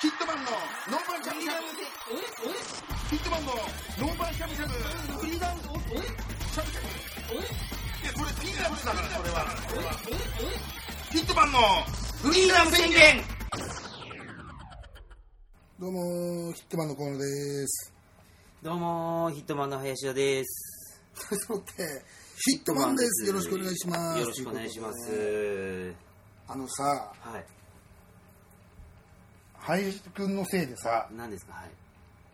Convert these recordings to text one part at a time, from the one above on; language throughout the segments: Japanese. ヒットマンのノーパンしゃぶしゃぶヒットマンのノーパンしゃぶしゃぶしゃぶしゃぶいやそれピーナッツだからそれはそれはヒットマンのフリーダム宣言どうもー、ヒットマンの河野 です。どうもーヒットマンの林田です。そうって、ヒットマンです。よろしくお願いします。よろしくお願いしまということで。す。あのさ、はい。林くんのせいでさ、何ですかはい。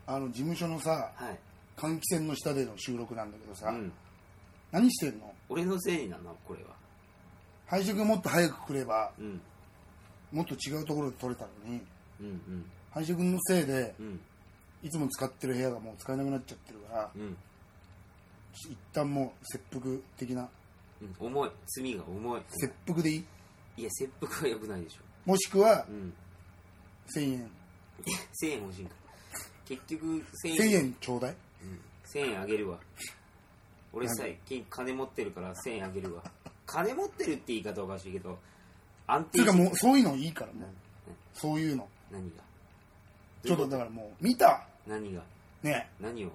あの事務所のさ、はい。換気扇の下での収録なんだけどさ、うん。何してんの俺のせいになるな、これは。林くんもっと早く来れば、うん。もっと違うところで撮れたのに、うんうん。林くんのせいで、うん。いつも使ってる部屋がもう使えなくなっちゃってるから、うん。一旦もう切腹的な、うん、重い。罪が重い。切腹でいいいや、切腹は良くないでしょ。もしくはうん。 1000円、 1000円欲しいんか。結局、 1000 1000円。円ちょうだい。うん、1000円あげるわ。俺最近金持ってるから1000円あげるわ。金持ってるって言い方おかしいけど、安つ定うかしもうそういうのいいからもううんそういうの何がちょっとだからもう見た何がね何を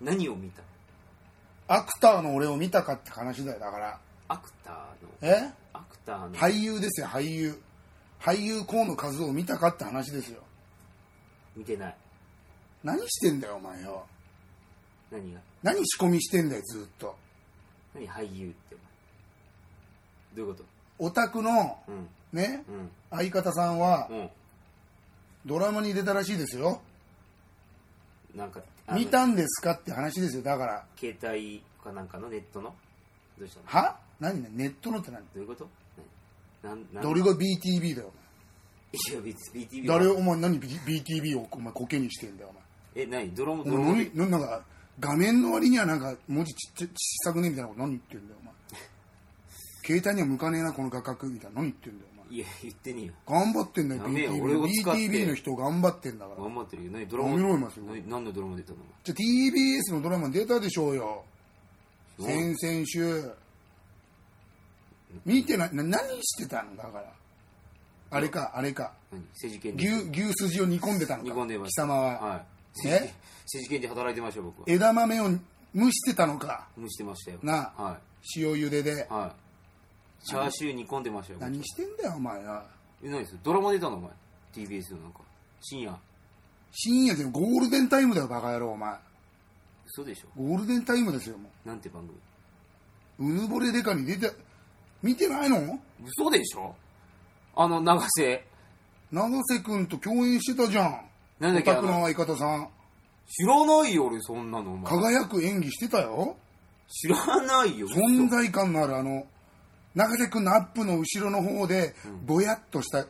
何を見たアクターの俺を見たかって話だよだからアクターのえアクターの、俳優ですよ俳優俳優河野和夫を見たかって話ですよ見てない何してんだよお前よ何が何仕込みしてんだよずっと何俳優ってお前どういうこオタクのとうんねうん相方さんはうんドラマに出たらしいですよなんかあの見たんですかって話ですよだから携帯かなんかのネットのどうしたのは何ねネットのって何どういうこと何なんなんどれが BTB だよいや別に BTV 誰お前何 BTB をお前コケにしてんだよお前え何ドローンドロおー前ン何なんか画面の割にはなんか文字ちっちゃ小さくねみたいなこと何言ってんだよお前携帯には向かねえなこの画角みたいな何言ってんだよいや言ってねえよお前頑張ってんだよダメよ俺を使って BTV BTV の人頑張ってんだから頑張ってるよ何ドラ飲み終えまマすよ何何のドラマ出たのじゃあ TBS のドラマに出たでしょうよお前先々週見てないな何してたのだからあれかあれか何政治権牛牛すじを煮込んでたのか煮込んでま貴した様は、はいえ政治権で働いてましたよ僕は枝豆を蒸してたのか蒸してましたよなあはい塩茹でではい。チャーシュー煮込んでましたよ。何してんだよお前はえ、何ですよドラマ出たのお前。TBS のなんか。深夜。深夜でもゴールデンタイムだよバカ野郎お前嘘でしょゴールデンタイムですよもなんて番組。ううぬぼれデカに出て見てないの嘘でしょあの、長瀬。永瀬君と共演してたじゃんなんだっおけ宅の相方さん知らないよ、俺、そんなの、お前。輝く演技してたよ知らないよ、嘘存在感のあるあの永瀬君のアップの後ろの方でぼやっとした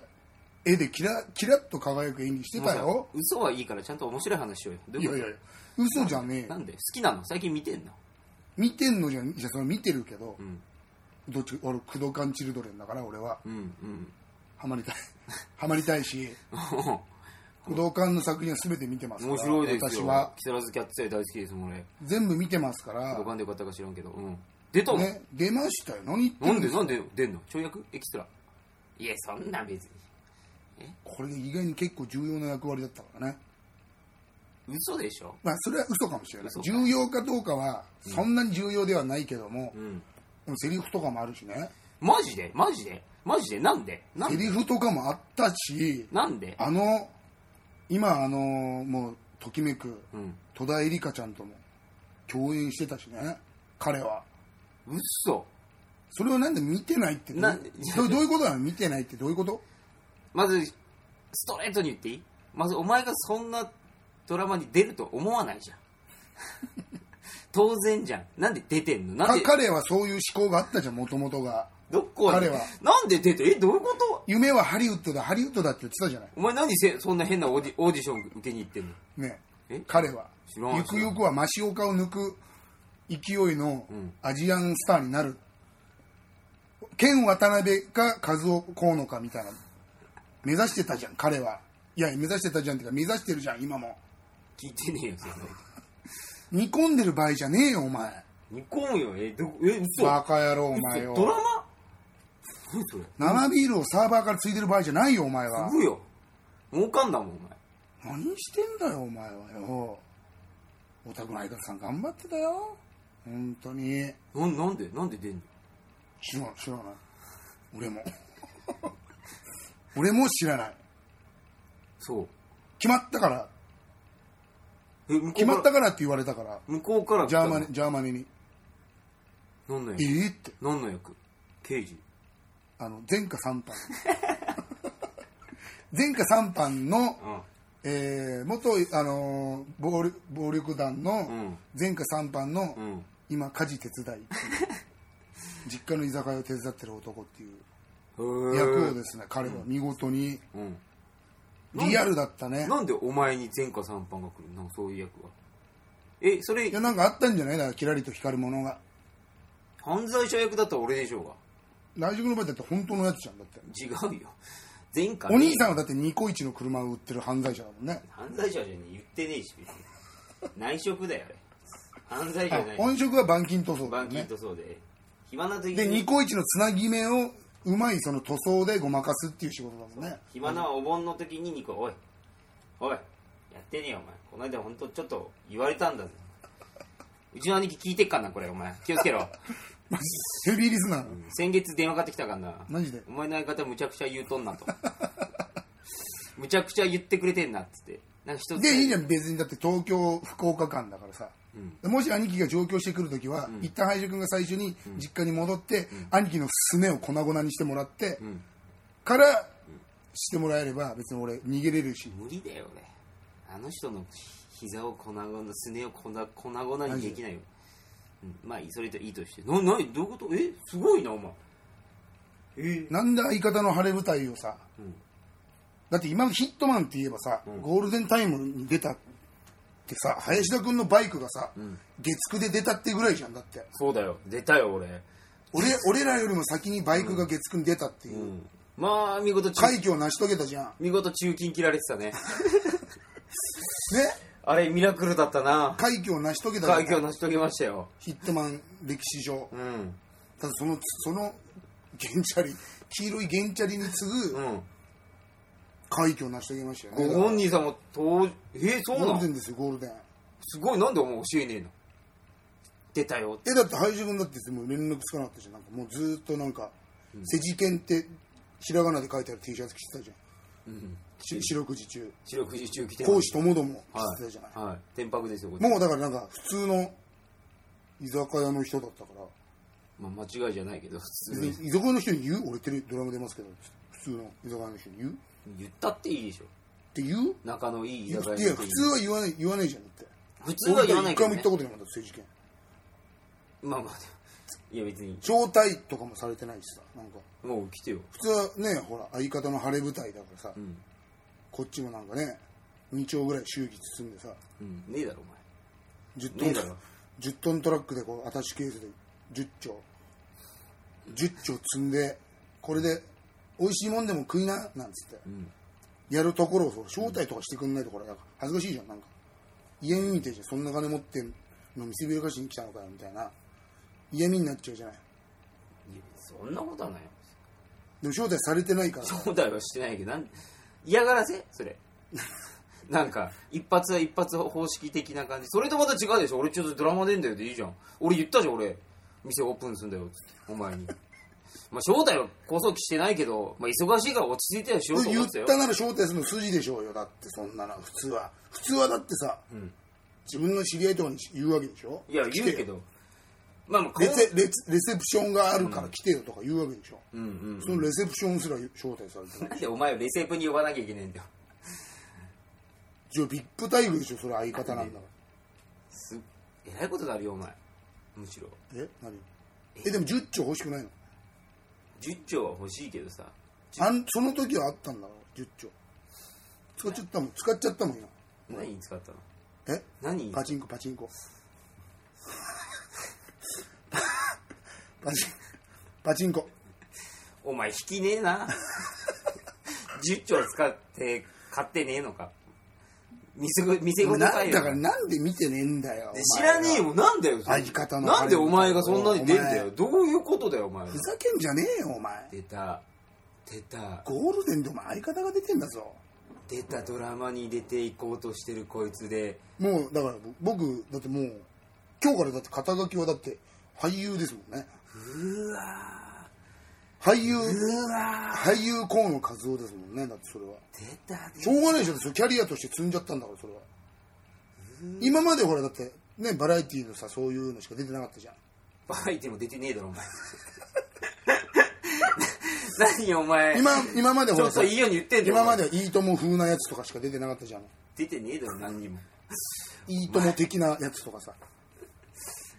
絵でキラキラっと輝く演技してたよ嘘はいいから、ちゃんと面白い話しようよ。どういいうやこいとやいや嘘じゃねえなよんで好きなの最近見てんの見てんのじゃんいやそれ見てるけどうん。どっち俺クドカンチルドレンだから俺はうん、うん。ハマりたい ハマりたいし武道館の作品は全て見てますから面白いです私よ。は木更津キャッツアイ大好きですもん、俺。全部見てますかわら、かんでよかったか知らんけど。うん。出たのね、出ましたよ何言ってなるんですなんで出んの跳躍エキストラいやそんな別にこれ意外に結構重要な役割だったからね嘘でしょまあそれは嘘かもしれない嘘か重要かどうかはそんなに重要ではないけども、うんでもセリフとかもあるしねマジでマジでマジでなんでなんセでリフとかもあったしなんであの今あのもうときめくうん戸田恵梨香ちゃんとも共演してたしね彼は嘘それをなんで見てないってなどどういうことなの見てないってどういうことまずストレートに言っていいまずお前がそんなドラマに出ると思わないじゃ ん当然じゃんなんで出てんのなかんで彼はそういう思考があったじゃんもともとがどこ彼はなんで出てえどういうこと夢はハリウッドだハリウッドだって言ってたじゃないお前何せそんな変なオーディオーディション受けに行ってんのねえ彼は知らんゆくゆくはマシオカを抜く勢いのんアジアンスターになる、剣渡辺か和夫河野かみたいな目指してたじゃん彼はいや目指してたじゃんっていうか目指してるじゃん今も聞いてねえよそんなこと煮込んでる場合じゃねえよお前煮込むよえどえ嘘バカ野郎お前ドラよマ何それ生ビールをサーバーからついてる場合じゃないよお前はすぐよ儲かんだもん、お前。何してんだよお前はよお宅の相方さん頑張ってたよ本当になんなんでなんで出んの知らない知らない俺も 俺も知らないそう決まったからえ向こう決まっかたらからって言われたから向こうから来ジたャのーマネジャーマネに何のええ役って何の役刑事あの前科3班 前科3班の、うんえー元、あのー暴力暴力団のうん前科3班の、うん今家事手伝 いっていう実家の居酒屋を手伝ってる男っていう役を役ですね彼は見事にうんリアルだったねなんでお前に前科三犯が来るのそういう役はえそれいやなんかあったんじゃないだからキラリと光るものが犯罪者役だったら俺でしょうが大丈夫の場合だって本当のやつじゃんだって違うよ前科ねお兄さんはだってニコイチの車を売ってる犯罪者だもんね犯罪者じゃねえ言ってねえし別に内職だよあれ犯罪じゃない本職は板金塗装だよ板金ね塗装で暇な時でニにコイチのつなぎ目をうまいその塗装でごまかすっていう仕事だもんね暇なお盆の時にニコおいおいやってねえよお前この間本当ちょっと言われたんだぜうちの兄貴聞いてっかんなこれお前気をつけろ マジヘビーリスナー先月電話かかってきたかんなマジでお前の相方むちゃくちゃ言うとんなとむちゃくちゃ言ってくれてんなっつってなんか一つでいいじゃん別にだって東京福岡間だからさうんもし兄貴が上京してくるときは、一旦配く君が最初に実家に戻って、兄貴のすねを粉々にしてもらって、んからしてもらえれば別に俺逃げれるし無理だよ俺あの人の膝を粉々のすねを粉粉々にできないよ、うん、まあそれといいとしてななどういうことえすごいなお前えなんで相方の晴れ舞台をさ、うんだって今のヒットマンって言えばさ、ゴールデンタイムに出たってさ林田君のバイクがさ、月9で出たってぐらいじゃんだってそうだよ出たよ俺俺俺らよりも先にバイクが月9に出たっていう、うんまあ見事中快挙を成し遂げたじゃんね見事中金切られてたねあれミラクルだったな快挙を成し遂げたじゃん快挙成し遂げましたよヒットマン歴史上、うんただそのそのゲンチャリ黄色いゲンチャリに次うぐん快挙を成し遂げましたよね、ご本人さんも当えそうゴーなルデンのですよゴールデンすごいなんでお前教えねえの出たよってえだって配信君だってもう連絡つかなかったじゃんなんかもうずーっとなんか「世事犬」ってひらがなで書いてある T シャツ着てたじゃん、し四六時中四六時中来て講師ともども着てたじゃない、はい、はい、天白ですよこれ、もうだからなんか普通の居酒屋の人だったからまあ、間違いじゃないけど普通別にに居酒屋の人に言う俺テレビドラマ出ますけど普通の居酒屋の人に言うっ言ったっていいでしょて言う仲のいいい居や酒屋に普通は言わない言わないじゃんだって普通は言わないけど、俺ね一回も行った、ことないもんだって政治権まあまあいや別に招待とかもされてないしさなんかもう来てよ普通はねほら相方の晴れ舞台だからさ、んこっちもなんかね2丁ぐらい祝儀包んでさうんねえだろ10ねトえンだろ10トントラックでこうアタッシュケースで10丁10丁積んでこれで美味しいもんでも食いななんつって、んやるところをそう招待とかしてくんないとこれなんか恥ずかしいじゃんなんか家見てじゃんそんな金持ってんの見せびらかしに来たのかよみたいな嫌味になっちゃうじゃないお前いやそんなことはないよでも招待されてないから招待はしてないけどなん嫌がらせそれ なんか一発は一発方式的な感じそれとまた違うでしょ俺ちょっとドラマ出んだよでいいじゃん俺言ったじゃん俺店オープンすんだよっつってお前にまあ招待は拘束してないけど、まあ、忙しいから落ち着いてはしようと言思っってたよたなら招待するの筋でしょうよだってそんなの普通は普通はだってさ、ん自分の知り合いとかに言うわけでしょいや来言てうよけどまあまあこうレセレセレセプションがあるから来てよとか言うわけでしょ、うんうんそのレセプションすら招待されてないなんでお前をレセプに呼ばなきゃいけないんだよ一応ビップ待遇でしょそれ相方なんだかすえらいことになるよお前むしろらえ何えでも10丁欲しくないの10兆は欲しいけどさあんその時はあったんだろ10丁使っちゃったもん使っちゃったもん今何に使ったのえ何にパチンコパチンコパチンパチンコお前引きねえな 10兆使って買ってねえのか店ご店ごとなかんよだからなんで見てねえんだよで知らねえよなんだよそれ相方のなんでお前がそんなに出るんだおよどういうことだよお前ふざけんじゃねえよお前出た出たゴールデンでお前相方が出てんだぞ出たドラマに出ていこうとしてるこいつでもうだから僕だってもう今日からだって肩書きはだって俳優ですもんねうわ俳優ーうわー俳優河野和夫ですもんねだってそれは出たしょうがないでしょそれキャリアとして積んじゃったんだからそれは今までほらだってねバラエティーのさそういうのしか出てなかったじゃん バラエティも出てねえだろお前 何お前今今までほちょらっさといいように言ってんじゃん今まではいいとも風なやつとかしか出てなかったじゃん出てねえだろ何にもいいとも的なやつとか さ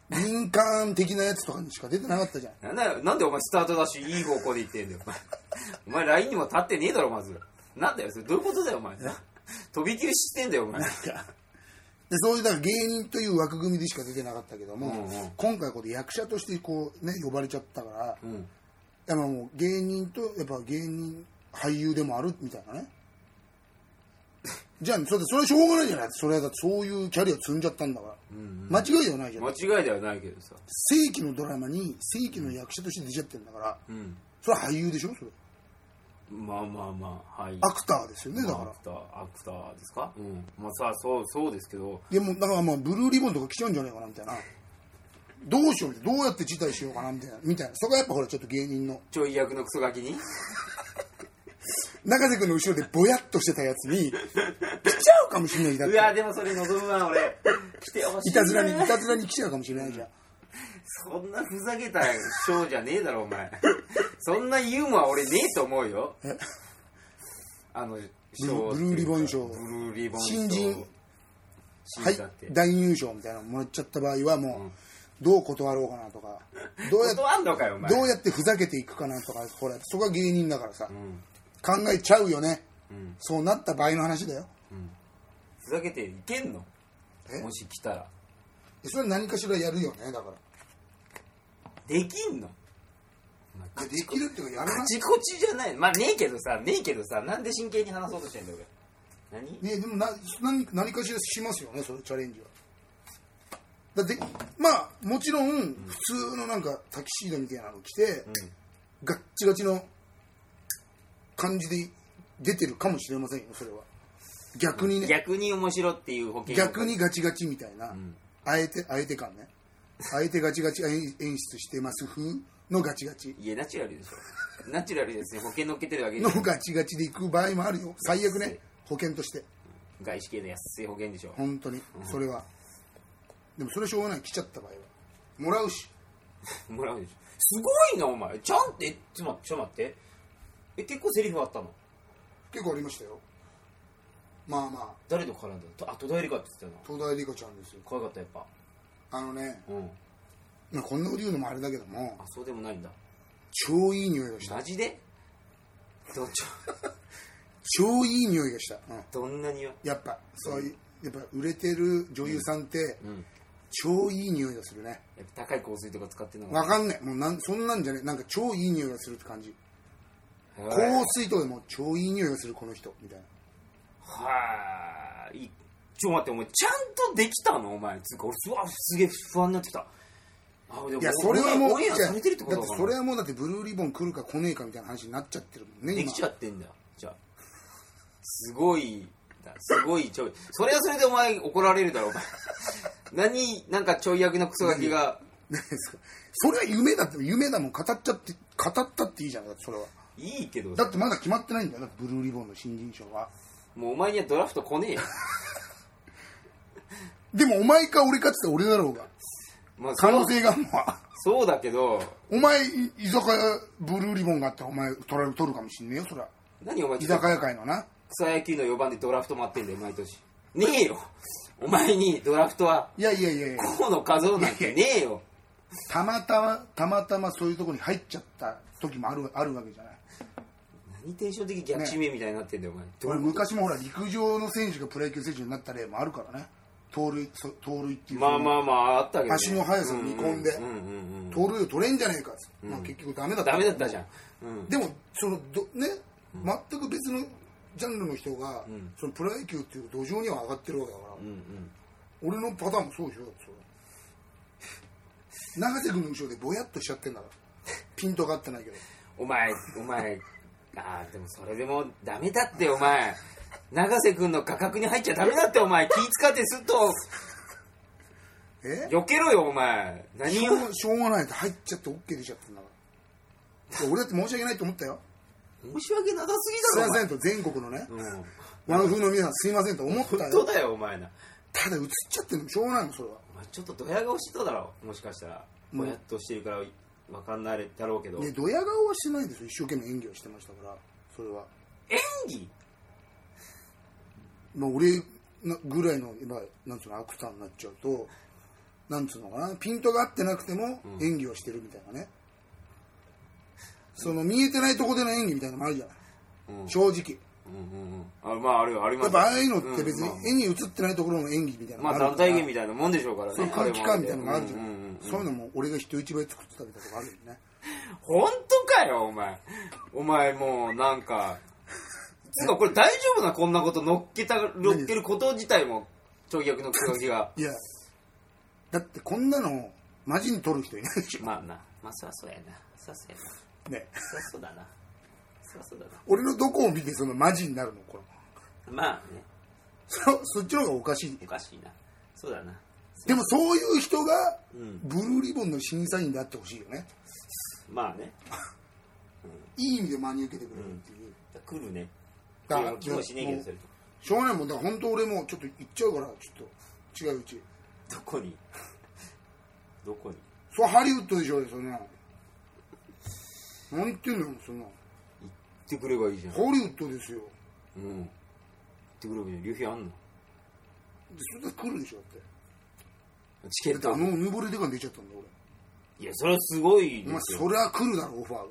民間的なやつとかにしか出てなかったじゃんなんだよなんでお前スタートダッシュいい方向で行ってんだよお前 お前ラインにも立ってねえだろまずなんだよそれどういうことだよお前飛び切りしてんだよお前でそういうだから芸人という枠組みでしか出てなかったけども、うんうん今回これ役者としてこうね呼ばれちゃったから、うんやっぱもう芸人とやっぱ芸人俳優でもあるみたいなね じゃあそれそれはしょうがないじゃないそれはだってそういうキャリア積んじゃったんだから、間違いではないじゃん間違いではないけどさ正規のドラマに正規の役者として出ちゃってるんだからうんそれは俳優でしょそれまあまあまあはいアクターですよねだかアらクターアクターですかうんまあさあそうそうですけどでもだからまあブルーリボンとか来ちゃうんじゃないかなみたいなどうしようどうやって辞退しようかなみたいなみたいなそこはやっぱほらちょっと芸人のちょい役のクソガキに中瀬君の後ろでぼやっとしてたやつに来ちゃうかもしれないだっうてわでもそれ望む わ俺来てほしいいたずらにいたずらに来ちゃうかもしれないじゃんそんなふざけたショーじゃねえだろお前 そんなユーモア俺ねえと思うよあのショーブルーリボン賞ブルーリボン賞新人は新い人だって、大優勝みたいなのもらっちゃった場合はもうんうどう断ろうかなとかどうやっ断んのかよお前どうやってふざけていくかなとかほらそこは芸人だからさうん考えちゃうよねうんそうなった場合の話だよふざけていけんのえもし来たらそれは何かしらやるよねだからできんのお前でできるっていうかやらなカいチコチじゃないまあねえけどさねえけどさなんで真剣に話そうとしてんだよ俺何ねでもな何何かしらしますよねそのチャレンジはだってまあもちろん普通のなんかタキシードみたいなの着て、ガッチガチの感じで出てるかもしれませんよそれは逆にね、逆に面白っていう保険逆にガチガチみたいな、んあえてあえて感ねあえてガチガチ演演出してます風のガチガチいやナチュラルでしょナチュラルですね保険乗っけてるだけでのガチガチで行く場合もあるよ最悪ね保険として外資系の安い保険でしょ本当にそれは、でもそれしょうがない来ちゃった場合はもらうしもらうでしょすごいなお前ちゃんってちょっと待ってちょっと待ってえ結構セリフあったの結構ありましたよまあまあ誰と絡んだとあ戸田恵梨香って言ってたな東大理香ちゃんですよ可愛かったやっぱあのね、うんまあ、こんなこと言うのもあれだけどもあそうでもないんだ超いい匂いがしたマジでどちょ 超いい匂いがした、うん、どんなによやっぱそういうやっぱ売れてる女優さんって、うん超いい匂いがするねやっぱ高い香水とか使ってんのわかんないもうなんそんなんじゃねなんか超いい匂いがするって感じへー香水とかでも超いい匂いがするこの人みたいなはい。ちょ、待って、お前、ちゃんとできたのお前。つうか、俺、すわ、すげえ不安になってきた。あ、でもいやそれはもオうンエアじゃあされてるってことだだっかてら。それはもうだってブルーリボン来るか来ねえかみたいな話になっちゃってるもんねで今きちゃってんだよ。じゃあ。すごい、だすごいちょい。それはそれでお前、怒られるだろ、お前。 何、なんかちょい役のクソガキが、何ですか それは夢だって夢だもん語っちゃって語ったっていいじゃんだってそれはいいけどだ、ってまだ決まってないんだよだってブルーリボンの新人賞はもうお前にはドラフト来ねえ よ。でもお前か俺かっつったら俺だろうがまあ、可そ能う性がもうそうだけど、お前い居酒屋ブルーリボンがあったらお前取られ取るかもしんねえよそりゃ何お前、居酒屋界のな草野球の4番でドラフト待ってんだよ、毎年。ねえよ。お前にドラフトは。いやいやいやいや河野和夫なんてねえよたまたまたまたまそういうとこに入っちゃった時もあるあるわけじゃない何テンション的ギャッチ名みたいになってんだよお前ど う俺昔もほら陸上の選手がプロ野球選手になった例もあるからね盗塁そ盗塁っていうまあまあまああったけどね足の速さを見込んでうんうんうんうん盗塁を取れんじゃねえかっつって、まあ、結局ダメだったダメだったじゃんうんでもそのどね全く別のジャンルの人が、んそのプロ野球っていう土壌には上がってるわけだから、うんうん俺のパターンもそうでしょだってそれ永瀬君の後ろでぼやっとしちゃってんだ からピントが合ってないけどお前お前ああでもそれでもダメだってお前永瀬君の画角に入っちゃダメだってお前気使ってすっとえ避けろよお前何しをょうしょうがないって入っちゃって OK 出ちゃってんだからいや俺だって申し訳ないと思ったよ申し訳なさすすぎいだまろおせ前んと全国のねうん和の風の皆さんすいませんと思った本当よだよお前なただ映っちゃってるのしょうがないのそれはお前ちょっとドヤ顔してただろもしかしたらうんぼやっとしてるからわかんないだろうけどねドヤ顔はしてないですよ一生懸命演技はしてましたからそれは演技まあ、俺なぐらいの今なんつうのアクターになっちゃうとなんつうのかなピントが合ってなくてもうん演技をしてるみたいなね、その見えてないとこでの演技みたいなのもあるじゃないうん正直うんうんうんあまああるよありまやっすぱああいうのって別にうんまあ絵に映ってないところの演技みたいなまのあもあ団るから体芸みたいなもんでしょうからねそういう空気感みたいなのがあるじゃん、うんうんうんそういうのも俺が人一倍作ってたみたいなとこあるよね本当かよお前お前もうなんかつうかこれ大丈夫なこんなこと乗っけた乗っけること自体も超逆の空気がいやだってこんなのマジに撮る人いないでしょ、まあなまあそりゃそうやなそりゃそうやなね、そりゃそうだなそりゃそうだな俺のどこを見てそのマジになるのこれまあねそそっちの方がおかしいおかしいなそうだなでもそういう人がうんブルーリボンの審査員であってほしいよねまあねいい意味で真に受けてくれるっていう、来るねだから気もしねえけもどうそれしょうがないもんだから本当俺もちょっと行っちゃうからちょっと違ううちどこにどこにそれハリウッドでしょうよそんな何言ってんのよそんな行ってくればいいじゃんハリウッドですようん行ってくればいいじゃん流氷あんのでそれで来るでしょだってチケだッってトあのヌボレデカン出ちゃったんだよいやそれはすご俺いおで前すよそりゃ来るだろオファーが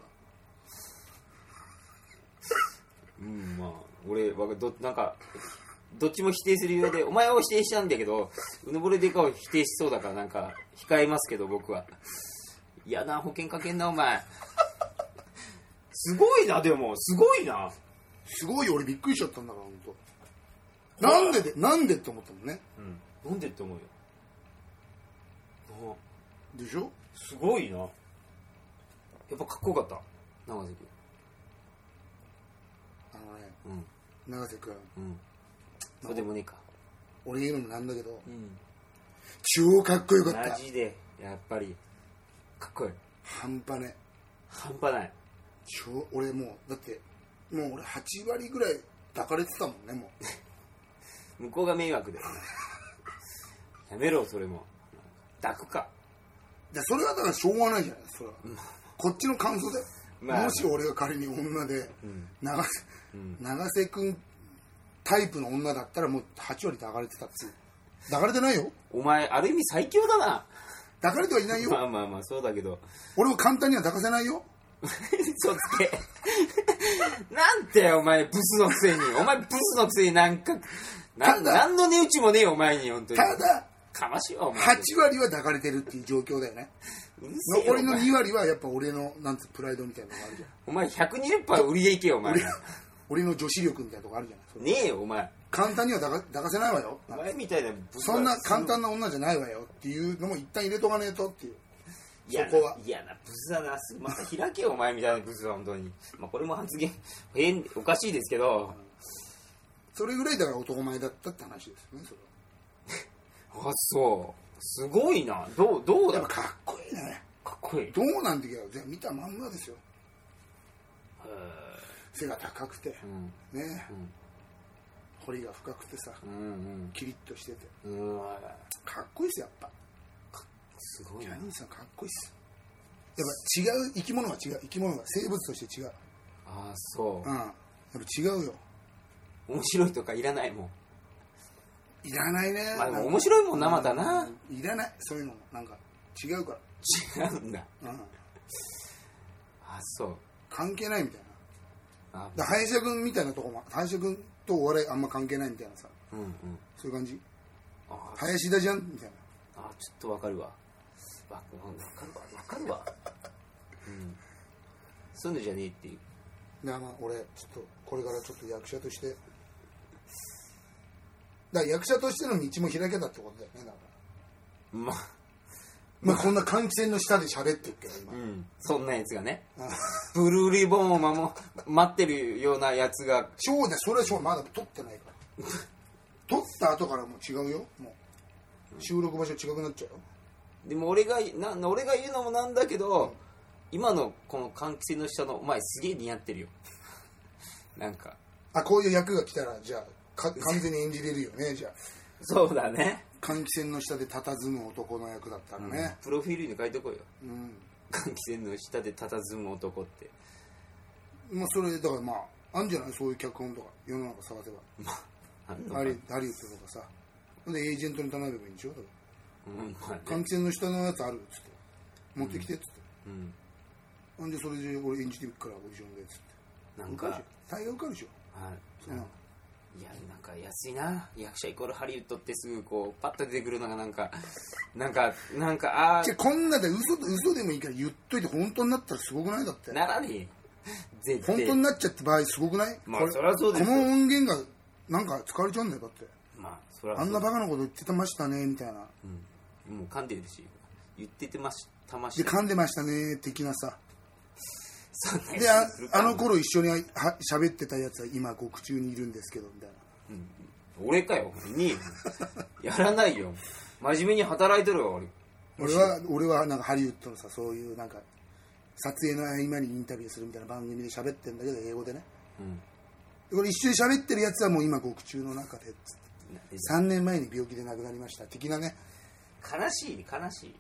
うんまあ俺わかどなんかどっちも否定するようでお前を否定しちゃうんだけどうぬぼれデカを否定しそうだからなんか控えますけど僕は嫌な保険かけんなお前すごいなでもすごいなすごいよ俺びっくりしちゃったんだから本当。なんででなんでって思ったもんねうんなんでって思うよあでしょすごいなやっぱかっこよかった長崎あのねうん永瀬君うんそうでもねえか俺言うのもなんだけどうん超かっこよかったマジでやっぱりかっこいい半端ね半端ない超俺もうだってもう俺8割ぐらい抱かれてたもんねもう向こうが迷惑だよ やめろそれも抱くかでそれはだからしょうがないじゃないそ れはこっちの感想だよ、まあもし俺が仮に女でうん長瀬,、うん長瀬君タイプの女だったらもう8割抱かれてたっつう抱かれてないよお前ある意味最強だな抱かれてはいないよまあまあまあそうだけど 俺も簡単には抱かせないよ嘘つけ なんてお前ブスのくせにお前ブスのくせになんかなたんだなんの値打ちもねえよお前に本当にただかましいわお前8割は抱かれてるっていう状況だよねうるせえよ残りおの前2割はやっぱ俺のなんつうプライドみたいなのがあるじゃんお前120杯売りでいけよお前ね俺の女子力みたいなとこあるじゃないそれえよお前簡単には抱か抱かせないわよお前みたいなブスはそんな簡単な女じゃないわよっていうのも一旦入れとかねえとっていう嫌なそこは嫌なブスだなすまた開けよお前みたいなブスは本当にまあこれも発言変おかしいですけどそれぐらいだから男前だったって話ですよねそれあそうすごいなどうどうはやだっぱかっこいいねかっこいいへどうなんて言うか見たまんまですよえ背が高くてうんねうん彫りが深くてさうんキリッとしててうんうわかっこいいっすよやっぱすごいジなャニーさんかっこいいっすよやっぱ違う生き物は違う生き物が生物として違うああそうんやっぱ違うよう面白いとかいらないもんいらないねまあでなんもか面白いもんなまたないらないそういうのもなんか違うか違うんだら、うん、あそう関係ないみたいなあだから林家君みたいなとこも林家君とお笑いあんま関係ないみたいなさうんうんそういう感じあ林田じゃんみたいなあちょっとわかるわわわかるわわかるわうんそういうのじゃねえっていうだからまあ俺ちょっとこれからちょっと役者としてだから役者としての道も開けたってことだよねだかまあまあ、こんな換気扇の下で喋ってるけど今、うん、そんなやつがねあブルーリボンを守待ってるようなやつがそうねそれはそうまだ撮ってないから 撮った後からもう違うよもう収録場所違くなっちゃうよでも俺がな俺が言うのもなんだけど、今のこの換気扇の下のお前すげえ似合ってるよ なんかあこういう役が来たらじゃあか完全に演じれるよねじゃあそうだね換気扇の下で佇む男の役だったらね、プロフィールに書いとこうようん換気扇の下で佇む男ってまあ、それだからまああんじゃないそういう脚本とか世の中探せばあんのハかリハリウッドとかさほんでエージェントに頼めばいいんでしょうんまあね換気扇の下のやつあるっつって持ってきてっつって、うんほんでそれで俺演じてみっからオーディションでっつってなんかはい大概受かるでしょ、いやなんか安いな役者イコールハリウッドってすぐこうパッと出てくるのがなんかなんかなんかあじゃーあこんなで嘘嘘でもいいから言っといて本当になったらすごくないだってならねえ絶対本当になっちゃった場合すごくないまあこれそりゃそうですよこの音源がなんか使われちゃうんだよだってまあそれはあんなバカなこと言ってましたねみたいなうん、もう噛んでるし言っててましたましで噛んでましたね的なさそんなやつであするかあの頃一緒には喋ってたやつは今獄中にいるんですけどみたいな俺かよにやらないよ真面目に働いてるよ俺俺は俺はなんかハリウッドのさそういうなんか撮影の合間にインタビューするみたいな番組で喋ってるんだけど英語でねうんでこれ一緒に喋ってるやつはもう今獄中の中でっつって3年前に病気で亡くなりました的なね悲しい悲しい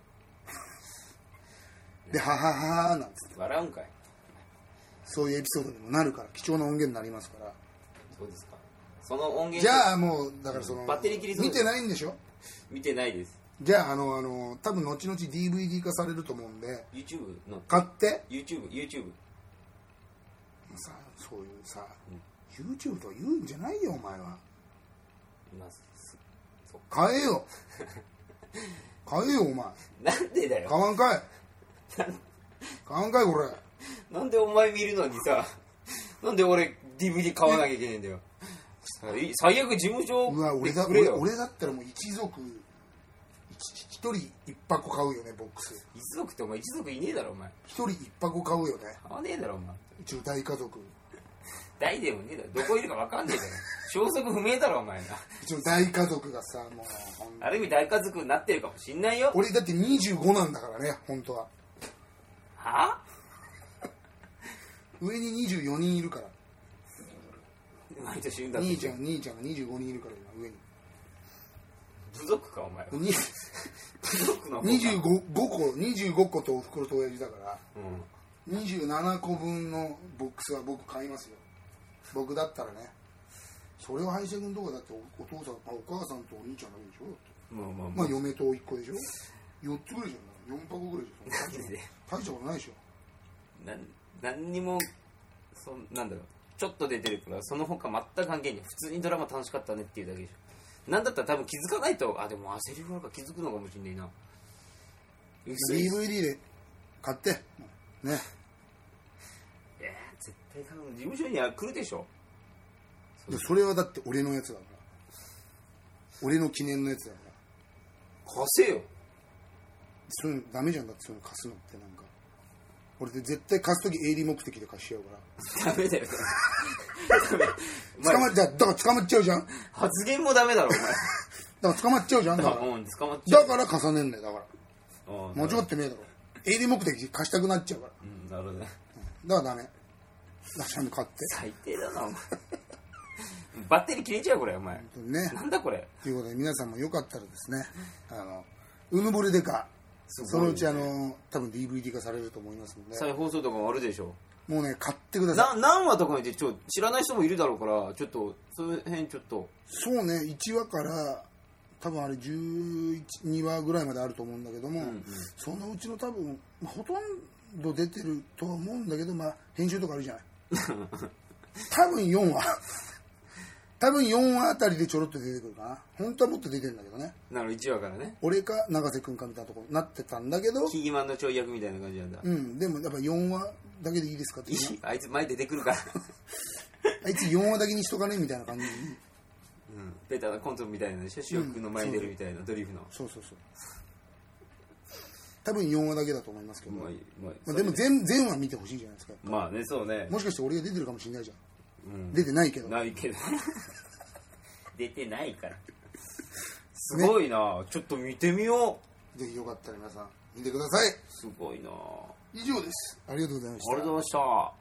でははははなんつって笑うんかいそういうエピソードにもなるから貴重な音源になりますからそうですかその音源じゃあもうだからそのバッテリー切りそう見てないんでしょ見てないですじゃああのあの多分後々 DVD 化されると思うんで YouTube の買って YouTube YouTube さそういうさ、YouTube とか言うんじゃないよお前は今す買えよ買えよお前なんでだ買よわんかい買わんかいこれなんでお前見るのにさなんで俺 DVD 買わなきゃいけないんだよ最最悪事務所うわ俺だくれ俺よ俺だったらもう一族一一人一箱買うよねボックス一族ってお前一族いねえだろお前一人一箱買うよね買わねえだろお前うちの大家族誰でもねえだろどこいるか分かんねえだろ消息不明だろお前なうちの大家族がさもうほんある意味大家族になってるかもしんないよ俺だって25なんだからね本当はは上に24人いるから毎年産んだって兄ちゃん兄ちゃんが25人いるから今上に部族かお前はに部族の方か25個25個とおふくろと親父だからうん27個分のボックスは僕買いますよ僕だったらねそれを配車君とかだっておお父さんあお母さんとお兄ちゃんだけでしょまあまあままああ、嫁と1個でしょ4つぐらいじゃない4箱ぐらいじゃなんでない大したことないでしょなん何にもそんなんだろうちょっと出てるからその他全く関係ない普通にドラマ楽しかったねっていうだけでしょなんだったら多分気づかないとあでもあセリフなんか気づくのかもしんないな嘘い DVD で買ってねや絶対多分事務所には来るでしょでそれはだって俺のやつだから俺の記念のやつだから貸せよそういうのダメじゃんだってそういうの貸すのってなんか俺で絶対貸す時営利目的で貸しちゃうからダメだよ。捕まっちゃうだから捕まお前っちゃうじゃんだか発言もダメだろ、ら捕まっちゃうじゃんおだ前。からうん、捕まっちゃだう。から重ねんだよだかうんら間違ってねえだろ営利目的で貸したくなっちゃうからうん、なるほどね。だからダメだからちゃんと買って最低だな、お前。バッテリー切れちゃう、これ、お前。本当にねなんだこれ。ということで皆さんもよかったらですねあのうぬぼれデカそのうちあの多分 DVD 化されると思いますので再放送とかもあるでしょ。もうね買ってくださいな、何話とか見て、ちょ、知らない人もいるだろうから、ちょっと、その辺ちょっと。そうね1話から多分あれ12話ぐらいまであると思うんだけども、んそのうちの多分まあほとんど出てるとは思うんだけど、まあ、編集とかあるじゃない多分4話多分4話あたりでちょろっと出てくるかな本当はもっと出てるんだけどねなの、1話からね。俺か永瀬君かみたいなとこになってたんだけどキーマンの跳躍みたいな感じなんだ。うんでもやっぱ4話だけでいいですかっていいあいつ前出てくるから。あいつ4話だけにしとかねみたいな感じうん。ベタなコントみたいなでしょ、主君の前に出るみたいな、ドリフの。そうそうそう多分4話だけだと思いますけど、ままあいいまああ、でも全全話見てほしいじゃないですかまあねそうねもしかして俺が出てるかもしれないじゃんうん出てないけどないけど 出てないからすごいな、ちょっと見てみようぜひよかったら皆さん見てくださいすごいなあ以上ですありがとうございましりがたとうございました